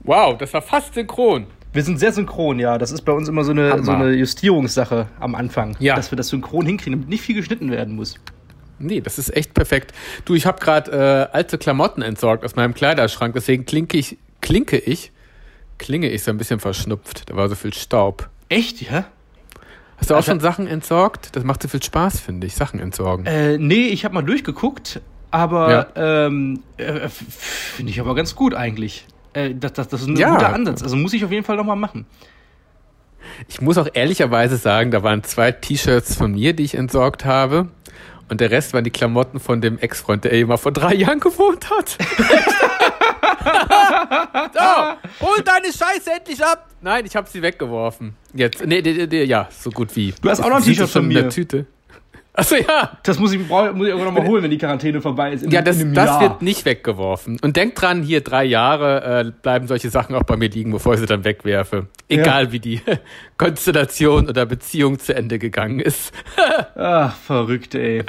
Wow, das war fast synchron. Wir sind sehr synchron, ja. Das ist bei uns immer so eine, Hammer. so eine Justierungssache am Anfang, Ja. dass wir das synchron hinkriegen, damit nicht viel geschnitten werden muss. Nee, das ist echt perfekt. Du, ich habe gerade äh, alte Klamotten entsorgt aus meinem Kleiderschrank, deswegen klinke ich, klinke ich, klinge ich so ein bisschen verschnupft. Da war so viel Staub. Echt, ja? Hast du auch Also- schon Sachen entsorgt? Das macht so viel Spaß, finde ich, Sachen entsorgen. Äh, nee, ich habe mal durchgeguckt, aber ähm, äh, f- finde ich aber ganz gut eigentlich. Äh, das, das, das ist ein Ja. guter Ansatz. Also muss ich auf jeden Fall nochmal machen. Ich muss auch ehrlicherweise sagen, da waren zwei T-Shirts von mir, die ich entsorgt habe. Und der Rest waren die Klamotten von dem Ex-Freund, der eben mal vor drei Jahren gewohnt hat. so, hol deine Scheiße endlich ab. Nein, ich habe sie weggeworfen. Jetzt, nee, nee, nee, nee, ja, so gut wie. Du hast auch noch ein Sind T-Shirt das schon von in der mir. Tüte. Achso, ja. Das muss ich, brauch, muss ich aber nochmal holen, wenn die Quarantäne vorbei ist. in- Ja, das, in einem das Jahr. wird nicht weggeworfen. Und denk dran, hier drei Jahre äh, bleiben solche Sachen auch bei mir liegen, bevor ich sie dann wegwerfe. Egal wie die Konstellation oder Beziehung zu Ende gegangen ist. Ach, verrückt, ey.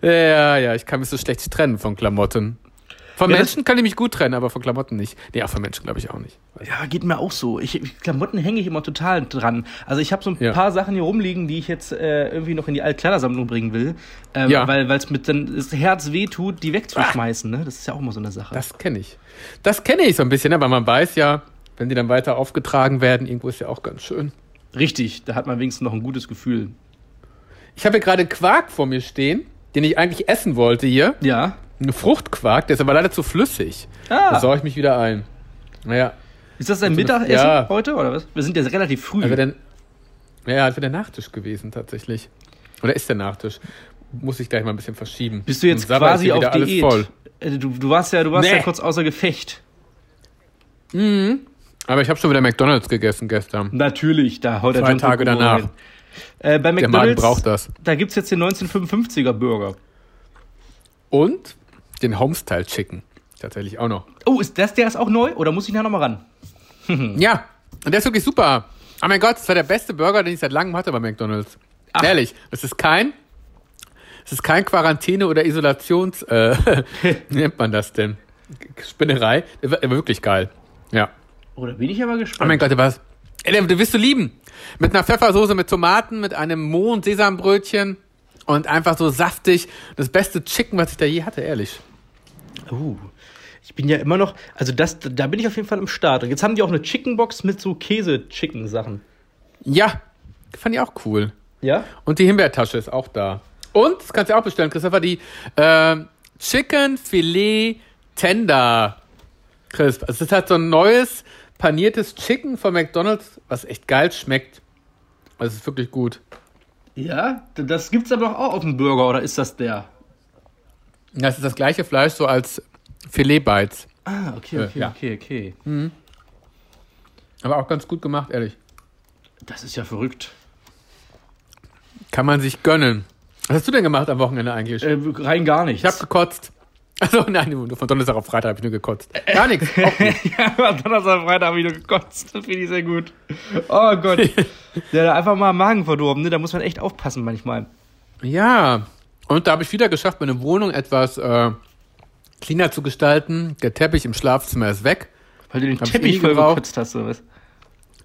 Ja, ja, ich kann mich so schlecht trennen von Klamotten. Von Ja, das- Menschen kann ich mich gut trennen, aber von Klamotten nicht. Nee, auch von Menschen glaube ich auch nicht. Ja, geht mir auch so. Ich, ich- Klamotten hänge ich immer total dran. Also ich habe so ein Ja. paar Sachen hier rumliegen, die ich jetzt äh, irgendwie noch in die Altkleidersammlung bringen will. Ähm, Ja. Ah. Weil es mit dann das Herz wehtut, die wegzuschmeißen. Ne? Das ist ja auch immer so eine Sache. Das kenne ich. Das kenne ich so ein bisschen, aber man weiß ja, wenn die dann weiter aufgetragen werden, irgendwo ist ja auch ganz schön. Richtig, da hat man wenigstens noch ein gutes Gefühl. Ich habe hier gerade Quark vor mir stehen, den ich eigentlich essen wollte hier. Ja. Ein Fruchtquark, der ist aber leider zu flüssig. Ah. Da saue ich mich wieder ein. Naja, Ist das dein Also, Mittagessen ja. heute oder was? Wir sind ja relativ früh. als wäre der, naja, als wär der Nachtisch gewesen tatsächlich. Oder ist der Nachtisch? Muss ich gleich mal ein bisschen verschieben. Bist du jetzt Und Sabber ist quasi hier auf wieder alles Diät? voll. Äh, Du, du warst ja, du warst Nee. ja kurz außer Gefecht. Aber ich habe schon wieder McDonalds gegessen gestern. Natürlich, da haut Zwei John Tage Turturro danach. rein. Äh, bei Der Magen McDonald's, braucht das. da gibt's jetzt den 1955er Burger. Und den Homestyle Chicken. Tatsächlich auch noch. Oh, ist das der ist auch neu oder muss ich da nochmal ran? Ja, und der ist wirklich super. Oh mein Gott, das war der beste Burger, den ich seit langem hatte bei McDonalds. Ehrlich, es ist kein. Es ist kein Quarantäne- oder Isolations-, äh, wie nennt man das denn? Spinnerei. Der war, der war wirklich geil. Ja. Oder bin ich aber Oh gespannt. mein Gott, der war. Ey, den- den wirst du lieben. Mit einer Pfeffersoße, mit Tomaten, mit einem Mohn, Sesambrötchen und einfach so saftig. Das beste Chicken, was ich da je hatte, ehrlich. Uh, ich bin ja immer noch, also das, da bin ich auf jeden Fall im Start. Und jetzt haben die auch eine Chickenbox mit so Käse-Chicken-Sachen. Ja, fand ich auch cool. Ja? Und die Himbeertasche ist auch da. Und, das kannst du auch bestellen, Christopher, die äh, Chicken Filet Tender Crisp. Also das ist halt so ein neues paniertes Chicken von McDonald's, was echt geil schmeckt. Also es ist wirklich gut. Ja, d- das gibt's aber auch auf dem Burger oder ist das der? Das ist das gleiche Fleisch so als Filet Bites. Ah, okay, Äh, okay, ja. okay, okay. Aber auch ganz gut gemacht, ehrlich. Das ist ja verrückt. Kann man sich gönnen. Was hast du denn gemacht am Wochenende eigentlich? Äh, rein gar nichts. ich habe gekotzt. Also nein, nur von Donnerstag auf Freitag habe ich nur gekotzt. Gar nichts. Auch nicht. ja, am Donnerstag, Freitag wieder gekotzt. Das finde ich sehr gut. Oh Gott. Der hat einfach mal am Magen verdorben, ne? Da muss man echt aufpassen manchmal. Ja, und da habe ich wieder geschafft, meine Wohnung etwas äh, cleaner zu gestalten. Der Teppich im Schlafzimmer ist weg. Weil du den Hab ich Teppich nie voll gebraucht. gekotzt hast, oder was?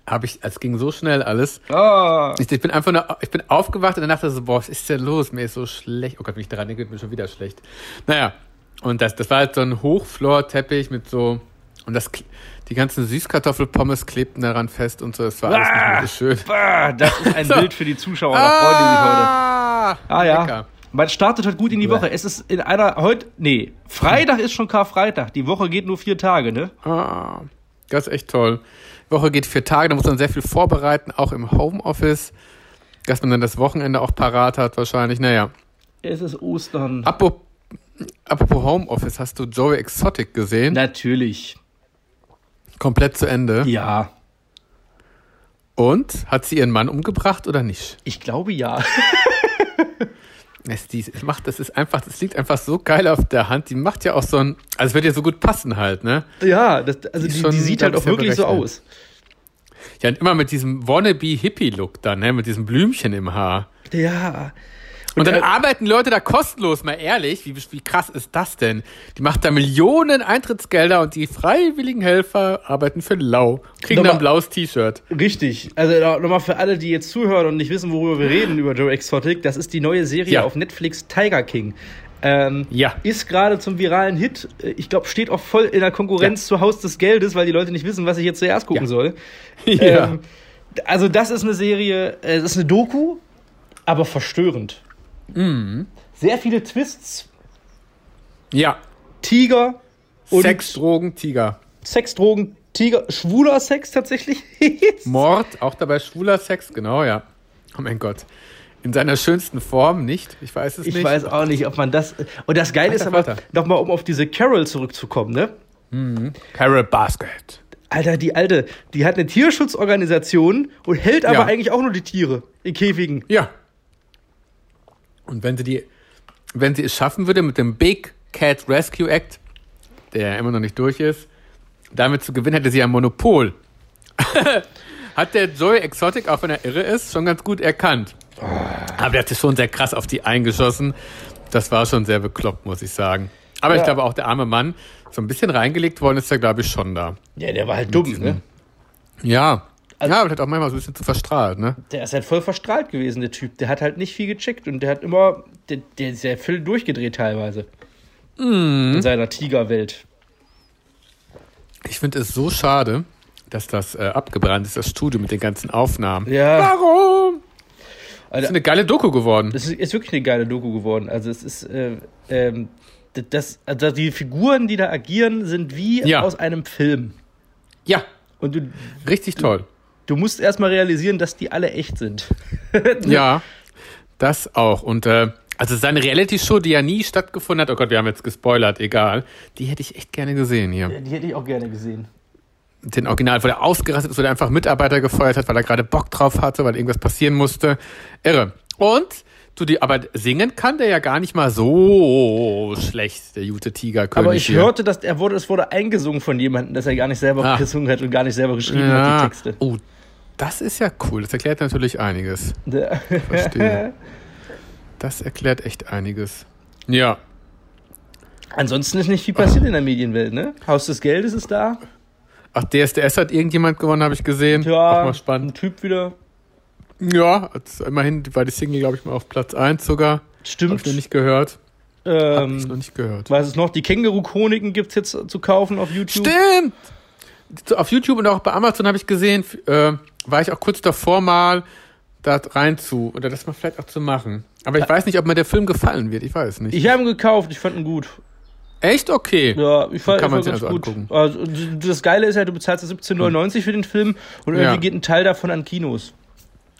Habe ich, es ging so schnell alles. Oh. Ich, ich bin einfach nur, ich bin aufgewacht und dann dachte ich so, boah, was ist denn los? Mir ist so schlecht. Oh Gott, wenn ich daran denke, wird mir schon wieder schlecht. Naja, und das, das war halt so ein Hochflor-Teppich mit so, und das, kle- die ganzen Süßkartoffelpommes klebten daran fest und so. Das war alles Ah. nicht mehr so schön. Bah, das ist ein So. Bild für die Zuschauer. Da freuen die sich heute. Ah ja. lecker. Man startet heute gut in die Bäh. Woche. Es ist in einer heute. Nee, Freitag ist schon Karfreitag. Die Woche geht nur vier Tage, ne? Ah, das ist echt toll. Die Woche geht vier Tage, da muss man sehr viel vorbereiten, auch im Homeoffice, dass man dann das Wochenende auch parat hat wahrscheinlich. Naja, Es ist Ostern. apropos, apropos Homeoffice, hast du Joey Exotic gesehen? Natürlich. Komplett zu Ende. Ja. Und hat sie ihren Mann umgebracht oder nicht? Ich glaube ja. Es, die, es macht, das ist einfach, das liegt einfach so geil auf der Hand. Die macht ja auch so ein, also es wird ja so gut passen halt, ne? Ja, das, Die also ist schon, glaub ich, sehr berechnet. aus. Ja, und immer mit diesem Wannabe-Hippie-Look dann, ne? Mit diesem Blümchen im Haar. Ja. Und dann der- arbeiten Leute da kostenlos, mal ehrlich. Wie, wie krass ist das denn? Die macht da Millionen Eintrittsgelder und die freiwilligen Helfer arbeiten für lau. Kriegen Nochmal- dann ein blaues T-Shirt. Richtig. Also no- nochmal für alle, die jetzt zuhören und nicht wissen, worüber wir reden über Joe Exotic, das ist die neue Serie Ja. auf Netflix Tiger King. Ähm, Ja. Ist gerade zum viralen Hit. Äh, Ich glaube, steht auch voll in der Konkurrenz zu Haus des Geldes, weil die Leute nicht wissen, was ich jetzt zuerst gucken Ja. soll. Ja. Ähm, also das ist eine Serie, äh, das ist eine Doku, aber verstörend. Mhm. Sehr viele Twists, Ja. Tiger und Sex, Drogen, Tiger. Sex, Drogen, Tiger, schwuler Sex tatsächlich. Mord, auch dabei schwuler Sex, genau, ja. Oh mein Gott. In seiner schönsten Form nicht? Ich weiß es Ich nicht. weiß auch nicht, ob man das. Und das Geile ist aber, Vater. nochmal um auf diese Carol zurückzukommen, ne? Carol Basket. Alter, die Alte, die hat eine Tierschutzorganisation und hält aber Ja. eigentlich auch nur die Tiere in Käfigen. Ja. Und wenn sie die, wenn sie es schaffen würde, mit dem Big Cat Rescue Act, der ja immer noch nicht durch ist, damit zu gewinnen, hätte sie ein Monopol. Hat der Joy Exotic, auch wenn er irre ist, schon ganz gut erkannt. Aber der hat sich schon sehr krass auf die eingeschossen. Das war schon sehr bekloppt, muss ich sagen. Aber ich Ja. glaube auch der arme Mann, so ein bisschen reingelegt worden ist er, glaube ich, schon da. Ja, der war halt dumm, ne? Ja. ja, aber hat auch manchmal so ein bisschen zu verstrahlt, ne? Der ist halt voll verstrahlt gewesen, der Typ. Der hat halt nicht viel gecheckt und der hat immer. Der, der ist ja voll durchgedreht teilweise. In seiner Tigerwelt. Ich finde es so schade, dass das äh, abgebrannt ist, das Studio mit den ganzen Aufnahmen. Ja. Warum? Das ist Alter, eine geile Doku geworden. das ist, ist wirklich eine geile Doku geworden. Also, es ist. Äh, ähm, das, also die Figuren, die da agieren, sind wie Ja. aus einem Film. Ja, Und du, richtig toll. du musst erstmal realisieren, dass die alle echt sind. Ja, das auch. Und äh, also seine Reality-Show, die ja nie stattgefunden hat, oh Gott, wir haben jetzt gespoilert, egal. Die hätte ich echt gerne gesehen hier. Die hätte ich auch gerne gesehen. Den Original, wo der ausgerastet ist, wo der einfach Mitarbeiter gefeuert hat, weil er gerade Bock drauf hatte, weil irgendwas passieren musste. Irre. Und du die, aber singen kann der ja gar nicht mal so schlecht, der jute Tigerkönig. Aber ich hier. hörte, dass er wurde, es wurde eingesungen von jemandem, dass er gar nicht selber Ah. gesungen hat und gar nicht selber geschrieben hat, die Texte. Oh, das ist ja cool. Das erklärt natürlich einiges. Der- Verstehe. das erklärt echt einiges. Ja. Ansonsten ist nicht viel passiert in der Medienwelt, ne? Haus des Geldes ist da. Ach, DSDS hat irgendjemand gewonnen, habe ich gesehen. Ja, Auch mal ein spannend. Typ wieder. Ja, also immerhin war die Single, glaube ich, mal auf Platz 1 sogar. Habe Stimmt. ich noch nicht gehört. Hab ich noch Ähm, nicht gehört. was ist noch? Die Känguru-Chroniken gibt es jetzt zu kaufen auf YouTube. Stimmt! So, Auf YouTube und auch bei Amazon habe ich gesehen, f- äh, war ich auch kurz davor mal da rein zu oder das mal vielleicht auch zu machen. Aber ich weiß nicht, ob mir der Film gefallen wird. Ich weiß nicht. Ich habe ihn gekauft, ich fand ihn gut. Echt okay. Ja, ich fand, kann ich man fand sich ganz also gut. angucken. Also, d- das Geile ist ja, du bezahlst ja 17,99 für den Film und irgendwie Ja. geht ein Teil davon an Kinos.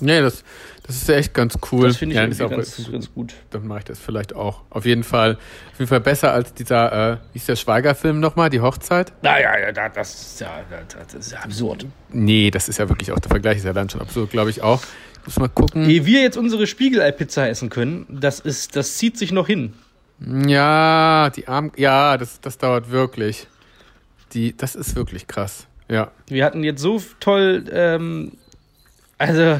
Nee, das, das ist ja echt ganz cool. Das finde ich ja, ist irgendwie auch, ganz, ganz gut. Dann mache ich das vielleicht auch. Auf jeden Fall. Auf jeden Fall besser als dieser, äh, wie ist der Schweigerfilm nochmal, die Hochzeit? Naja, ja, da- das ist ja, da- das ist ja absurd. Mhm. Nee, das ist ja wirklich auch, der Vergleich ist ja dann schon absurd, glaube ich auch. Ich muss mal gucken. Ehe wir jetzt unsere Spiegelei-Pizza essen können, das ist, das zieht sich noch hin. Ja, die Arm, ja, das, das dauert wirklich. Die, das ist wirklich krass. Ja. Wir hatten jetzt so toll, ähm, also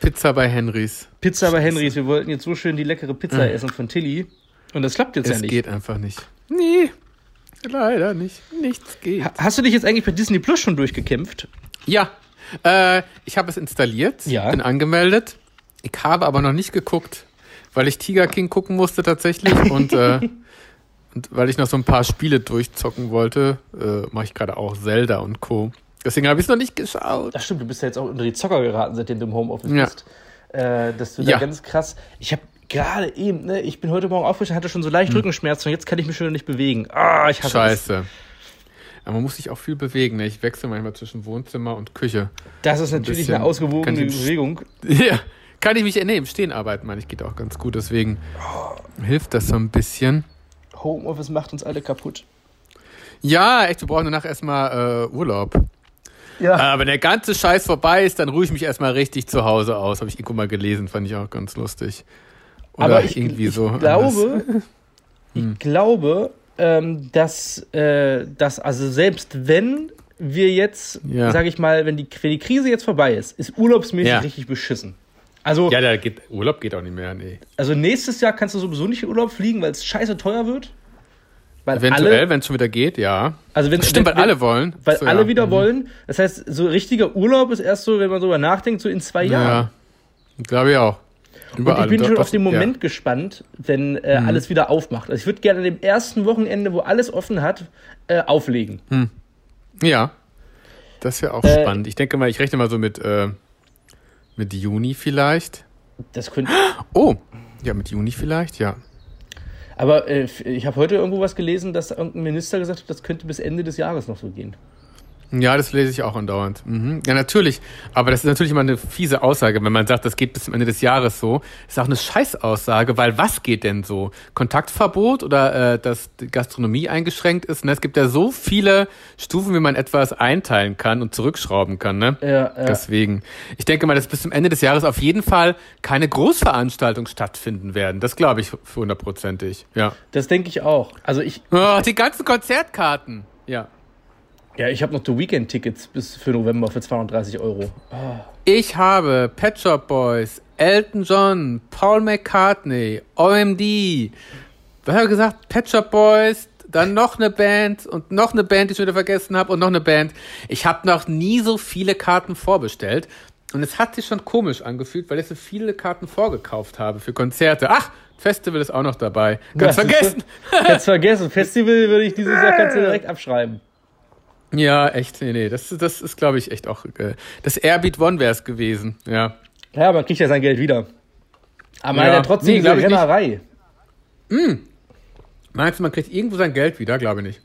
Pizza bei Henrys. Pizza bei Henrys. Wir wollten jetzt so schön die leckere Pizza essen von Tilly. Und das klappt jetzt ja Mhm. Es nicht. geht einfach nicht. Nee. Leider nicht. Nichts geht. Ha- Hast du dich jetzt eigentlich bei Disney Plus schon durchgekämpft? Ja, äh, ich habe es installiert, Ja. bin angemeldet. Ich habe aber noch nicht geguckt, weil ich Tiger King gucken musste tatsächlich und, äh, und weil ich noch so ein paar Spiele durchzocken wollte, äh, mache ich gerade auch Zelda und Co. Deswegen habe ich es noch nicht geschaut. Ach stimmt, du bist ja jetzt auch unter die Zocker geraten, seitdem du im Homeoffice Ja. bist. Äh, dass du da Ja. ganz krass. Ich habe gerade eben, ne, ich bin heute Morgen aufgestanden, hatte schon so Hm. leicht Rückenschmerzen und jetzt kann ich mich schon wieder nicht bewegen. Ah, ich hasse das. Scheiße. Aber man muss sich auch viel bewegen. Ne? Ich wechsle manchmal zwischen Wohnzimmer und Küche. Das ist natürlich bisschen- eine ausgewogene kann ich- Bewegung. Ja, kann ich mich äh, nee, im Stehen arbeiten, meine ich, geht auch ganz gut. Deswegen Oh. hilft das so ein bisschen. Homeoffice macht uns alle kaputt. Ja, echt, wir brauchen danach erstmal äh, Urlaub. Ja. Aber Äh, wenn der ganze Scheiß vorbei ist, dann ruhe ich mich erstmal richtig zu Hause aus. Habe ich irgendwo mal gelesen, fand ich auch ganz lustig. Oder Aber ich, irgendwie ich so. anders. glaube, Hm. ich glaube, ähm, dass, äh, dass, also selbst wenn wir jetzt, Ja. sage ich mal, wenn die, wenn die Krise jetzt vorbei ist, ist urlaubsmäßig Ja. richtig beschissen. Also, Ja, da geht, Urlaub geht auch nicht mehr, nee. also nächstes Jahr kannst du sowieso nicht in Urlaub fliegen, weil es scheiße teuer wird. Weil Eventuell, alle, wenn es schon wieder geht, ja. also wenn, Stimmt, weil wenn, alle wollen. weil So, alle ja. Mhm. wieder wollen. Das heißt, so richtiger Urlaub ist erst so, wenn man drüber nachdenkt, so in zwei Jahren. Ja, glaube ich auch. Überall. Und ich bin Doch, schon doch, Mhm. auf den Moment gespannt, wenn äh, alles wieder aufmacht. Also ich würde gerne an dem ersten Wochenende, wo alles offen hat, äh, auflegen. Hm. Ja, ja. das wäre auch Äh, spannend. Ich denke mal, ich rechne mal so mit, äh, mit Juni vielleicht. Das könnte. Oh, ja, mit Juni vielleicht, ja. Aber äh, ich habe heute irgendwo was gelesen, dass irgendein Minister gesagt hat, das könnte bis Ende des Jahres noch so gehen. Ja, das lese ich auch andauernd. Mhm. Ja, natürlich. Aber das ist natürlich immer eine fiese Aussage, wenn man sagt, das geht bis zum Ende des Jahres so. Ist auch eine Scheißaussage, weil was geht denn so? Kontaktverbot oder äh, dass die Gastronomie eingeschränkt ist? Ne? Es gibt ja so viele Stufen, wie man etwas einteilen kann und zurückschrauben kann. Ne? Ja, ja. Deswegen. Ich denke mal, dass bis zum Ende des Jahres auf jeden Fall keine Großveranstaltungen stattfinden werden. Das glaube ich für hundertprozentig. Ja. Das denke ich auch. Also ich, Oh, die ganzen Konzertkarten. Ja. ja, ich habe noch die Weekend-Tickets bis für November für 32 Euro. Ich habe Pet Shop Boys, Elton John, Paul McCartney, OMD. Was habe ich gesagt? Pet Shop Boys, dann noch eine Band und noch eine Band, die ich schon wieder vergessen habe und noch eine Band. Ich habe noch nie so viele Karten vorbestellt. Und es hat sich schon komisch angefühlt, weil ich so viele Karten vorgekauft habe für Konzerte. Ach, Festival ist auch noch dabei. Ganz Ja, vergessen. Jetzt vergessen. Festival würde ich dieses Jahr kannst du direkt abschreiben. Ja, echt. Nee, nee. Das, ist- das ist, glaube ich, echt auch. Äh, das Airbeat One wäre es gewesen. Ja. Naja, man kriegt ja sein Geld wieder. Aber Ja. man hat ja trotzdem Nee, diese glaub ich nicht. Rennerei. Meinst du, man kriegt irgendwo sein Geld wieder? Glaube ich nicht.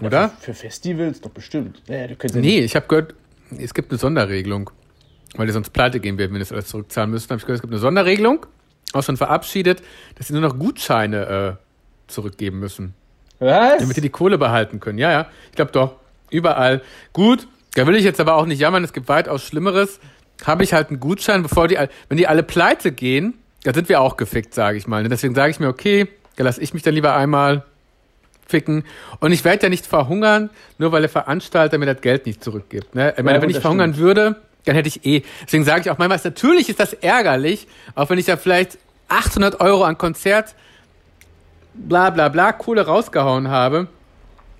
Oder? Für Festivals doch bestimmt. Naja, du könntest ja Nee, ich habe gehört, es gibt eine Sonderregelung. Weil die sonst pleite gehen würden, wenn wir das alles zurückzahlen müssten. Habe ich gehört, es gibt eine Sonderregelung, auch schon verabschiedet, dass sie nur noch Gutscheine äh, zurückgeben müssen, Was? damit sie die Kohle behalten können. Ja, ja, ich glaube doch. Überall. Gut, da will ich jetzt aber auch nicht jammern, es gibt weitaus Schlimmeres. Habe ich halt einen Gutschein, bevor die, all- wenn die alle pleite gehen, da sind wir auch gefickt, sage ich mal. ne? Deswegen sage ich mir, okay, da lasse ich mich dann lieber einmal ficken. Und ich werde ja nicht verhungern, nur weil der Veranstalter mir das Geld nicht zurückgibt. Ne? Ich meine, Ja, wenn gut, ich das verhungern würde, dann hätte ich eh. Deswegen sage ich auch manchmal, natürlich ist das ärgerlich, auch wenn ich da vielleicht 800 Euro an Konzert bla bla bla Kohle rausgehauen habe.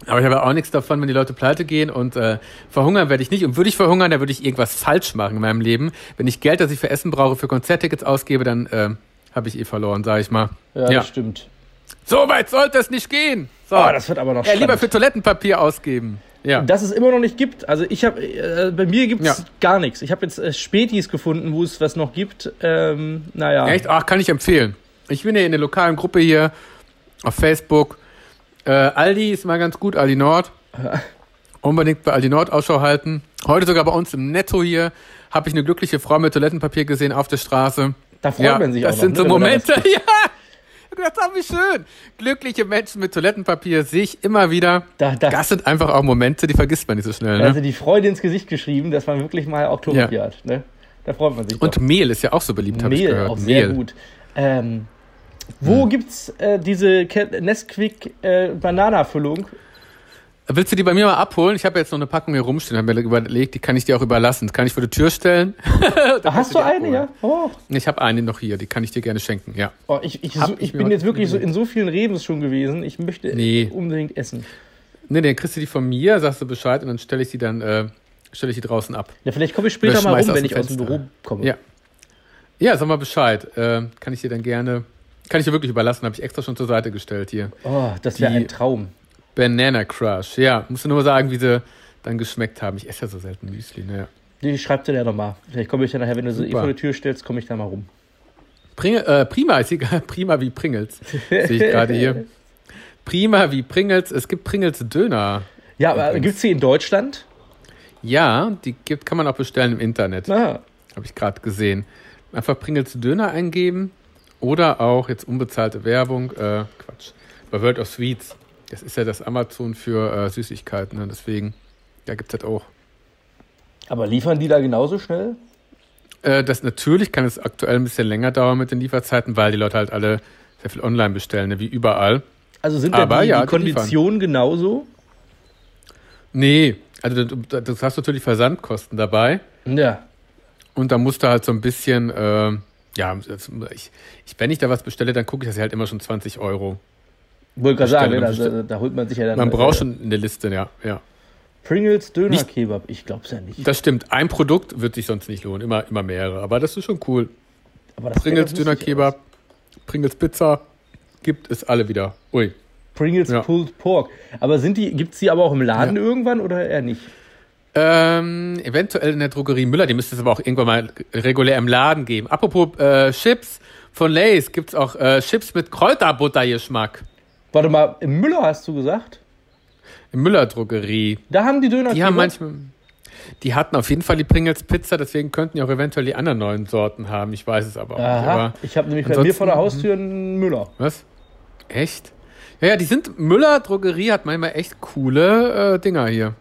Aber ich habe auch nichts davon, wenn die Leute pleite gehen und äh, verhungern werde ich nicht. Und würde ich verhungern, dann würde ich irgendwas falsch machen in meinem Leben. Wenn ich Geld, das ich für Essen brauche, für Konzerttickets ausgebe, dann äh, habe ich eh verloren, sage ich mal. ja, Ja. das stimmt. So weit sollte es nicht gehen. So. Oh, das wird aber noch Ja, lieber spannend. für Toilettenpapier ausgeben. Ja. dass es immer noch nicht gibt. Also ich habe, äh, bei mir gibt es Ja. gar nichts. Ich habe jetzt äh, Spätis gefunden, wo es was noch gibt. Ähm, naja. Echt? Ach, kann ich empfehlen. Ich bin ja in der lokalen Gruppe hier auf Facebook. Äh, Aldi ist mal ganz gut, Aldi Nord. Unbedingt bei Aldi Nord Ausschau halten. Heute sogar bei uns im Netto hier habe ich eine glückliche Frau mit Toilettenpapier gesehen auf der Straße. Da freut man sich das auch noch, sind ne, so wenn man da was Momente, ja. Ich hab gedacht, oh, wie schön. Glückliche Menschen mit Toilettenpapier sehe ich immer wieder. Da- da- das sind einfach auch Momente, die vergisst man nicht so schnell. Ne? Also die Freude ins Gesicht geschrieben, dass man wirklich mal auch Klopapier hat. Ne? Da freut man sich. Und Mehl ist ja auch so beliebt, doch. habe ich Mehl, gehört. Hm. auch sehr gut. Ähm, wo gibt's äh, diese Ke- Nesquik äh, Bananafüllung? Willst du die bei mir mal abholen? Ich habe jetzt noch eine Packung hier rumstehen, habe mir überlegt, die kann ich dir auch überlassen. Kann ich vor die Tür stellen? Da hast du du die eine, abholen. ja? Oh, Ich habe eine noch hier, die kann ich dir gerne schenken, ja. oh ich, ich, Hab so, ich ich mir bin heute jetzt wirklich so in so vielen Rebens schon gewesen. Ich möchte Nee. unbedingt essen. Nee, nee, dann kriegst du die von mir, sagst du Bescheid und dann stelle ich die dann, äh, stelle ich die draußen ab. Ja, vielleicht komme ich später Oder mal schmeiß rum, aus wenn dem ich aus dem Fenster. Büro komme. Ja. Ja, sag mal Bescheid. Äh, kann ich dir dann gerne, kann ich dir wirklich überlassen, habe ich extra schon zur Seite gestellt hier. Oh, das wäre Die- ein Traum. Banana Crush, ja. Musst du nur mal sagen, wie sie dann geschmeckt haben. Ich esse ja so selten Müsli, ne? naja. Nee, ich schreib dir ja nochmal. Vielleicht komme ich ja nachher, wenn du so eh Super. vor die Tür stellst, komme ich da mal rum. Pringel, äh, prima ist egal, prima wie Pringles. Sehe ich gerade hier. Prima wie Pringles. Es gibt Pringles Döner. Ja, aber Übrigens. gibt es die in Deutschland? Ja, die gibt, kann man auch bestellen im Internet. Ah, Habe ich gerade gesehen. Einfach Pringles Döner eingeben oder auch jetzt unbezahlte Werbung. Äh, Quatsch. Bei World of Sweets. Das ist ja das Amazon für äh, Süßigkeiten. Ne? Deswegen, da gibt es das auch. aber liefern die da genauso schnell? Äh, das natürlich kann es aktuell ein bisschen länger dauern mit den Lieferzeiten, weil die Leute halt alle sehr viel online bestellen, ne? wie überall. Also sind da Aber die, ja, die die liefern. Konditionen genauso? Nee, also du, du, du hast natürlich Versandkosten dabei. Ja. Und da musste halt so ein bisschen, äh, ja, ich, ich, wenn ich da was bestelle, dann gucke ich, dass ich halt immer schon 20 Euro. Wollte gerade sagen, Bestellung. ne, also, da holt man sich ja dann. Man braucht äh, schon eine Liste, ja, ja. Pringles Döner Nicht- Kebab. Ich glaub's ja nicht. Das stimmt. Ein Produkt wird sich sonst nicht lohnen. Immer, immer mehrere. Aber das ist schon cool. Aber das Pringles sieht doch Döner lustig Kebab, Pringles Pizza, gibt es alle wieder. Ui. aus. Pringles Ja. Pulled Pork. Aber sind die, gibt's die aber auch im Laden Ja. irgendwann oder eher nicht? Ähm, eventuell in der Drogerie Müller, die müsste es aber auch irgendwann mal regulär im Laden geben. Apropos äh, Chips von Lays gibt es auch äh, Chips mit Kräuterbuttergeschmack. Warte mal, im Müller hast du gesagt? In Müller Drogerie. Da haben die Döner Die haben manchmal. Die hatten auf jeden Fall die Pringles Pizza, deswegen könnten die auch eventuell die anderen neuen Sorten haben. Ich weiß es aber auch nicht. Aha, Aber ich habe nämlich bei mir vor der ansonsten- Haustür einen Müller. Was? Echt? Ja, ja, die sind. Müller Drogerie hat manchmal echt coole äh, Dinger hier.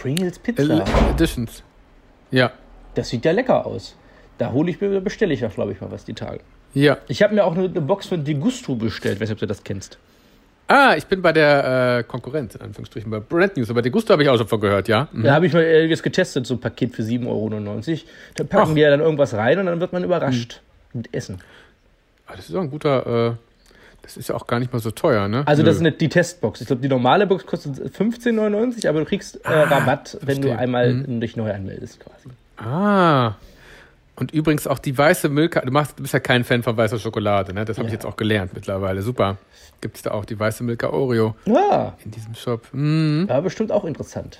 Pringles L Pizza. Editions. Ja. Das sieht ja lecker aus. Da hole ich mir, da bestelle ich ja, glaube ich, mal was die Tage. Ja. Ich habe mir auch eine, eine Box von Degusto bestellt. Weiß nicht, ob du das kennst. Ah, ich bin bei der äh, Konkurrenz, in Anführungsstrichen, bei Brand News, aber den Gusto habe ich auch schon von gehört, ja? Mhm. Da habe ich mal äh, jetzt getestet, so ein Paket für 7,99 Euro. Da packen Ach. Mhm. die ja dann irgendwas rein und dann wird man überrascht mit Essen. Ah, Das ist auch ein guter, äh, das ist ja auch gar nicht mal so teuer, ne? Also, das ist Nö. eine, die Testbox. Ich glaube, die normale Box kostet 15,99, aber du kriegst äh, Rabatt, wenn du Ah, verstehe. Mhm. einmal dich neu anmeldest, quasi. Ah. Und übrigens auch die weiße Milka, du, machst, du bist ja kein Fan von weißer Schokolade, ne? Das habe ich Ja. jetzt auch gelernt mittlerweile. Super. Gibt es da auch die weiße Milka Oreo Ja, in diesem Shop? Mhm. war bestimmt auch interessant.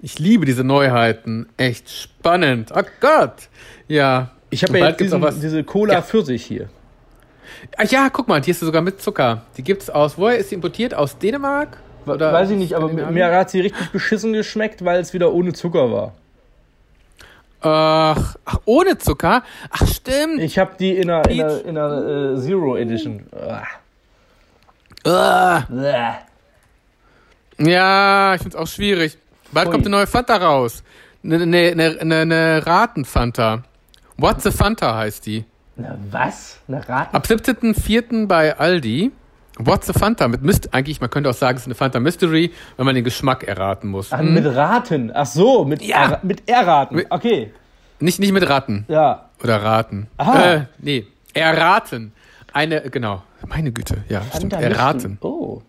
Ich liebe diese Neuheiten. Echt spannend. Oh Gott. Ja. Ich habe Und ja bald gibt's jetzt diesen, auch was. diese Cola Ja. Pfirsich hier. Ach ja, guck mal, die ist sogar mit Zucker. Die gibt's aus, woher ist sie importiert? Aus Dänemark? Oder Weiß ich nicht, aber mir Skandinavien? mir hat sie richtig beschissen geschmeckt, weil es wieder ohne Zucker war. Ach, ach, ohne Zucker? Ach, stimmt. Ich habe die in einer, in einer, Peach. Mhm. in einer äh, Zero Edition. Ah. Ah, Bäh. ja, ich find's auch schwierig. Bald Pfui. kommt eine neue Fanta raus. Eine ne, ne, ne, ne Raten-Fanta. What the Fanta heißt die. Na was? Eine Raten? Ab 17.04. bei Aldi. What the Fanta mit Myst eigentlich, man könnte auch sagen, es ist eine Fanta Mystery, wenn man den Geschmack erraten muss. Ach, mit Raten. Ach so, mit, Hm? Ja. Erra- mit Erraten. Mit- Okay. Nicht, nicht mit Ratten. Ja. Oder raten. Aha. Äh, nee, erraten. Eine, genau. Meine Güte, ja, stimmt. Fanta Mission. Erraten. Oh.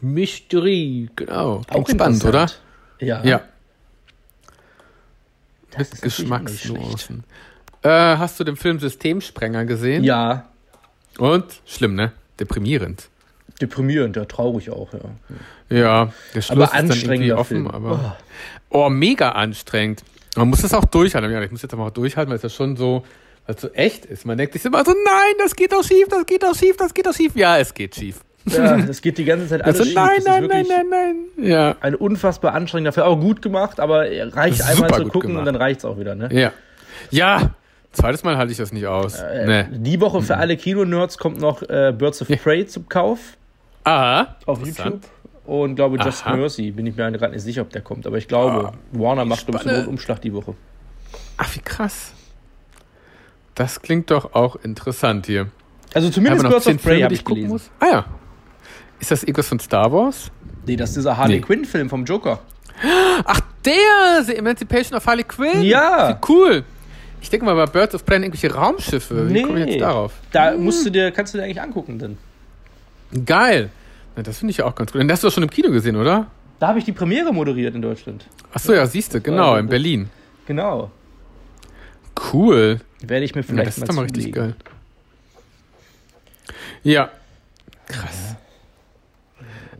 Mystery, genau. Klingt spannend, oder? interessant. Ja. Ja, das mit ist natürlich auch nicht schlecht. Geschmacksnuancen. Äh, hast du den Film Systemsprenger gesehen? Ja. Und? Schlimm, ne? Deprimierend. Deprimierend, ja, traurig auch, ja. Ja, der Schluss Aber ist dann irgendwie anstrengender offen, Film. aber. Oh. mega anstrengend. Man muss das auch durchhalten. Ja, Ich muss jetzt aber auch durchhalten, weil es ja schon so, weil es so echt ist. Man denkt sich immer so, nein, das geht doch schief, das geht doch schief, das geht doch schief. Ja, es geht schief. ja. Das geht die ganze Zeit alles Also, schief. nein, das nein, ist nein, wirklich nein, nein. Ja, Ein unfassbar anstrengender Film, aber gut gemacht, aber reicht Super einmal zu gut gucken gemacht. und dann reicht's auch wieder, ne? ja. Ja, zweites Mal halte ich das nicht aus. Ne. Äh, nee. Mhm. Die Woche für alle Kino-Nerds kommt noch äh, Birds of Prey zum Kauf Aha. auf YouTube. Interessant. Und glaube Just Aha. Mercy. Bin ich mir halt gerade nicht sicher, ob der kommt. Aber ich glaube, Warner macht uns einen Spannend. Rundumschlag die Woche. Ach, wie krass. Das klingt doch auch interessant hier. Also Haben wir zumindest noch Birds zehn of Prey Filme, habe die ich ich gucken gelesen. muss? Ah ja. Ist das irgendwas von Star Wars? Nee, das ist dieser Harley Nee. Quinn-Film vom Joker. Ach, der! The Emancipation of Harley Quinn! Ja. Wie cool! Ich denke mal bei Birds of Prey an irgendwelche Raumschiffe. Wie komme Äh, ich jetzt darauf? Hm. Da musst du dir, kannst du dir eigentlich angucken, denn. Geil! Na, das finde ich ja auch ganz cool. Den hast du doch schon im Kino gesehen, oder? Da habe ich die Premiere moderiert in Deutschland. Ach so, ja, siehst du, genau, Also, in das- Berlin. Genau. Cool. Werde ich mir Ja, vielleicht das ist mal, doch mal richtig zulegen. geil. Ja. Krass.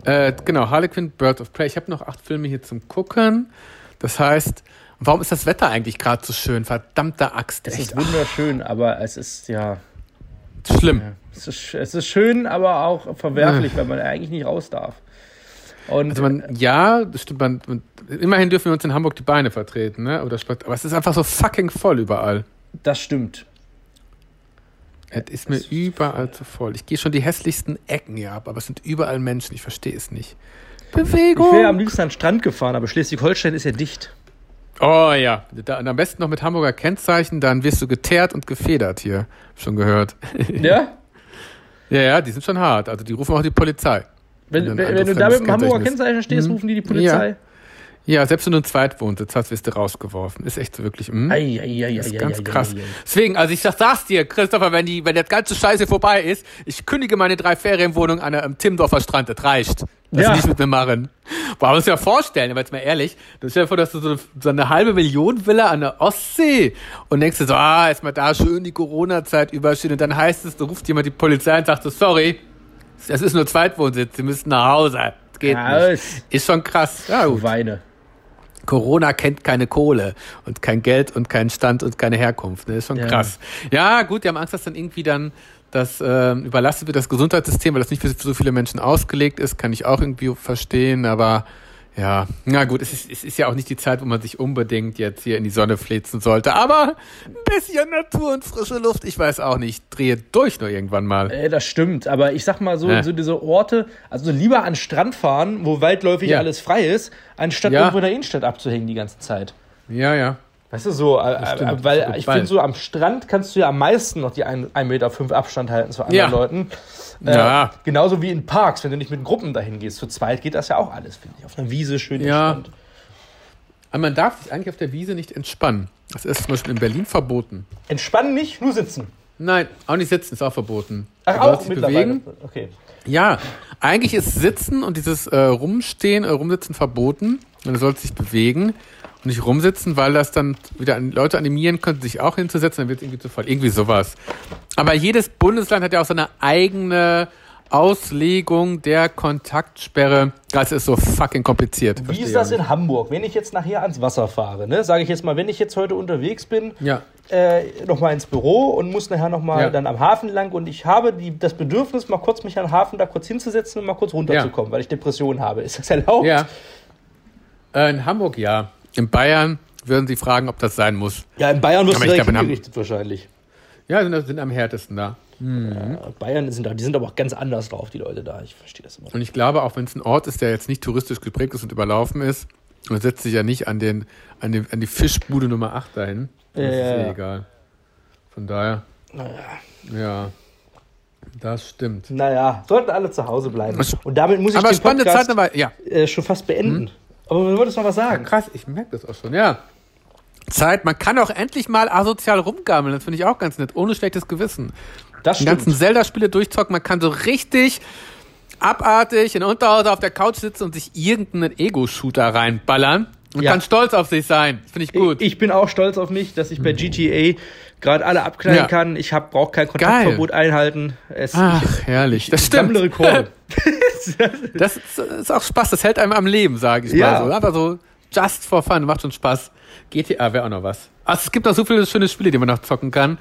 Äh, genau, Harlequin, Bird of Prey. Ich habe noch acht Filme hier zum Gucken. Das heißt, warum ist das Wetter eigentlich gerade so schön? Verdammte Axt. Es Echt ist wunderschön, aber es ist ja. ach, schlimm. Es ist, es ist schön, aber auch verwerflich, weil man eigentlich nicht raus darf. Und Also man, ja, das stimmt, man, man, immerhin dürfen wir uns in Hamburg die Beine vertreten, ne? Oder Sport, aber es ist einfach so fucking voll überall. das stimmt. Es ist mir überall zu voll. Ich gehe schon die hässlichsten Ecken hier ab, aber es sind überall Menschen. Ich verstehe es nicht. Bewegung. Ich wäre am liebsten an den Strand gefahren, aber Schleswig-Holstein ist ja dicht. Oh ja, da, und am besten noch mit Hamburger Kennzeichen, dann wirst du geteert und gefedert hier. Schon gehört. Ja? ja, ja, die sind schon hart. Also die rufen auch die Polizei. Wenn, Wenn wenn, du ein wenn du da anderes mit dem Hamburger Kennzeichen Hm? Kennzeichen stehst, rufen die die Polizei. Ja, selbst wenn du einen Zweitwohnsitz hast, wirst du rausgeworfen. Ist echt so wirklich. hm? Mh. Ei, ei, ei, Das ist ei, ganz ei, krass. ei, ei. Deswegen, also ich sag, sag's dir, Christopher, wenn die, wenn das ganze Scheiße vorbei ist, ich kündige meine drei Ferienwohnungen an der, am Timmendorfer Strand, das reicht. Das Ja. ist nicht mit mir machen. Boah, muss ja vorstellen, aber jetzt mal ehrlich, du stell dir vor, dass du so eine, so eine halbe Million Villa an der Ostsee und denkst dir so, ah, erstmal da schön die Corona-Zeit überstehen und dann heißt es, du ruft jemand die Polizei und sagt so, sorry, das ist nur Zweitwohnsitz, sie müssen nach Hause. Das geht Ja, nicht. ist- Ist schon krass. Ja, gut. Weine. Corona kennt keine Kohle und kein Geld und keinen Stand und keine Herkunft. Ne? Ist schon Ja. krass. Ja, gut, die haben Angst, dass dann irgendwie dann das äh, überlastet wird, das Gesundheitssystem, weil das nicht für so viele Menschen ausgelegt ist, kann ich auch irgendwie verstehen, aber ja, na gut, es ist, es ist ja auch nicht die Zeit, wo man sich unbedingt jetzt hier in die Sonne flitzen sollte, aber ein bisschen Natur und frische Luft, ich weiß auch nicht, ich drehe durch nur irgendwann mal. Äh, das stimmt, aber ich sag mal so, Ja. so diese Orte, also lieber an den Strand fahren, wo weitläufig Ja. alles frei ist, anstatt Ja. irgendwo in der Innenstadt abzuhängen die ganze Zeit. Ja, ja. Weißt du, so, äh, stimmt, äh, das ist weil gut ich bei. finde, so am Strand kannst du ja am meisten noch die ein- 1,5 Meter fünf Abstand halten zu Ja. anderen Leuten. Äh, Ja. Genauso wie in Parks, wenn du nicht mit Gruppen dahin gehst. Zu zweit geht das ja auch alles, finde ich. Auf einer Wiese schön Ja. entspannt. Aber man darf sich eigentlich auf der Wiese nicht entspannen. Das ist zum Beispiel in Berlin verboten. Entspannen nicht, nur sitzen. Nein, auch nicht sitzen ist auch verboten. Ach, Du sollst auch dich mittlerweile. Okay. Ja, eigentlich ist Sitzen und dieses äh, Rumstehen, äh, Rumsitzen verboten. Und du sollst dich bewegen und nicht rumsitzen, weil das dann wieder an, Leute animieren könnte, sich auch hinzusetzen, dann wird es irgendwie zu voll. Irgendwie sowas. Aber jedes Bundesland hat ja auch seine eigene Auslegung der Kontaktsperre. Das ist so fucking kompliziert. Wie Verstehe ist das ich. in Hamburg? Wenn ich jetzt nachher ans Wasser fahre, ne, sage ich jetzt mal, wenn ich jetzt heute unterwegs bin, Ja. äh, nochmal ins Büro und muss nachher nochmal Ja. dann am Hafen lang und ich habe die, das Bedürfnis, mal kurz mich am Hafen da kurz hinzusetzen und mal kurz runterzukommen, weil ich Depressionen habe. Ist das erlaubt? Ja. Äh, in Hamburg ja. In Bayern würden sie fragen, ob das sein muss. Ja, in Bayern wirst Aber du ich direkt glaub, in Ham- hingerichtet wahrscheinlich. Ja, sind, sind am härtesten da. Hm? Ja, Bayern sind da, die sind aber auch ganz anders drauf, die Leute da. Ich verstehe das immer. nicht. Und ich glaube, auch wenn es ein Ort ist, der jetzt nicht touristisch geprägt ist und überlaufen ist, man setzt sich ja nicht an, den, an, den, an die Fischbude Nummer 8 dahin. Das Ja, ist ja, eh ja. egal. Von daher, Naja. ja, das stimmt. naja, sollten alle zu Hause bleiben. Und damit muss ich Aber den spannende Zeit Hm? Podcast dabei. Ja, äh, schon fast beenden. Aber du wolltest noch was sagen. krass, ich merke das auch schon, ja. Zeit, man kann auch endlich mal asozial rumgammeln, das finde ich auch ganz nett, ohne schlechtes Gewissen. Das Die ganzen Zelda-Spiele durchzocken, man kann so richtig abartig in Unterhose auf der Couch sitzen und sich irgendeinen Ego-Shooter reinballern und Ja. kann stolz auf sich sein. Das Finde ich gut. Mhm. Ich, ich bin auch stolz auf mich, dass ich bei GTA gerade alle abknallen Ja. Ah, kann. Ich hab, brauche kein Kontaktverbot einhalten. Es, Ach, herrlich. Das ich sammle stimmt. Rekorde. Das ist, ist auch Spaß. Das hält einem am Leben, sage ich Ja. mal so. Aber so just for fun macht schon Spaß. GTA wäre auch noch was. Also es gibt noch so viele schöne Spiele, die man noch zocken kann.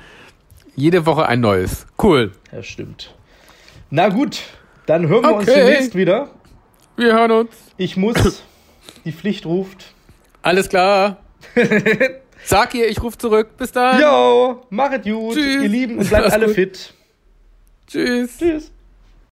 Jede Woche ein neues. Cool. ja, stimmt. Na gut, dann hören wir uns Okay. demnächst wieder. Wir hören uns. Ich muss, die Pflicht ruft. Alles klar. Sag ihr, ich rufe zurück. Bis dann. Yo, machet gut, Tschüss. ihr Lieben, und bleibt Mach's alle gut. fit. Tschüss. Tschüss.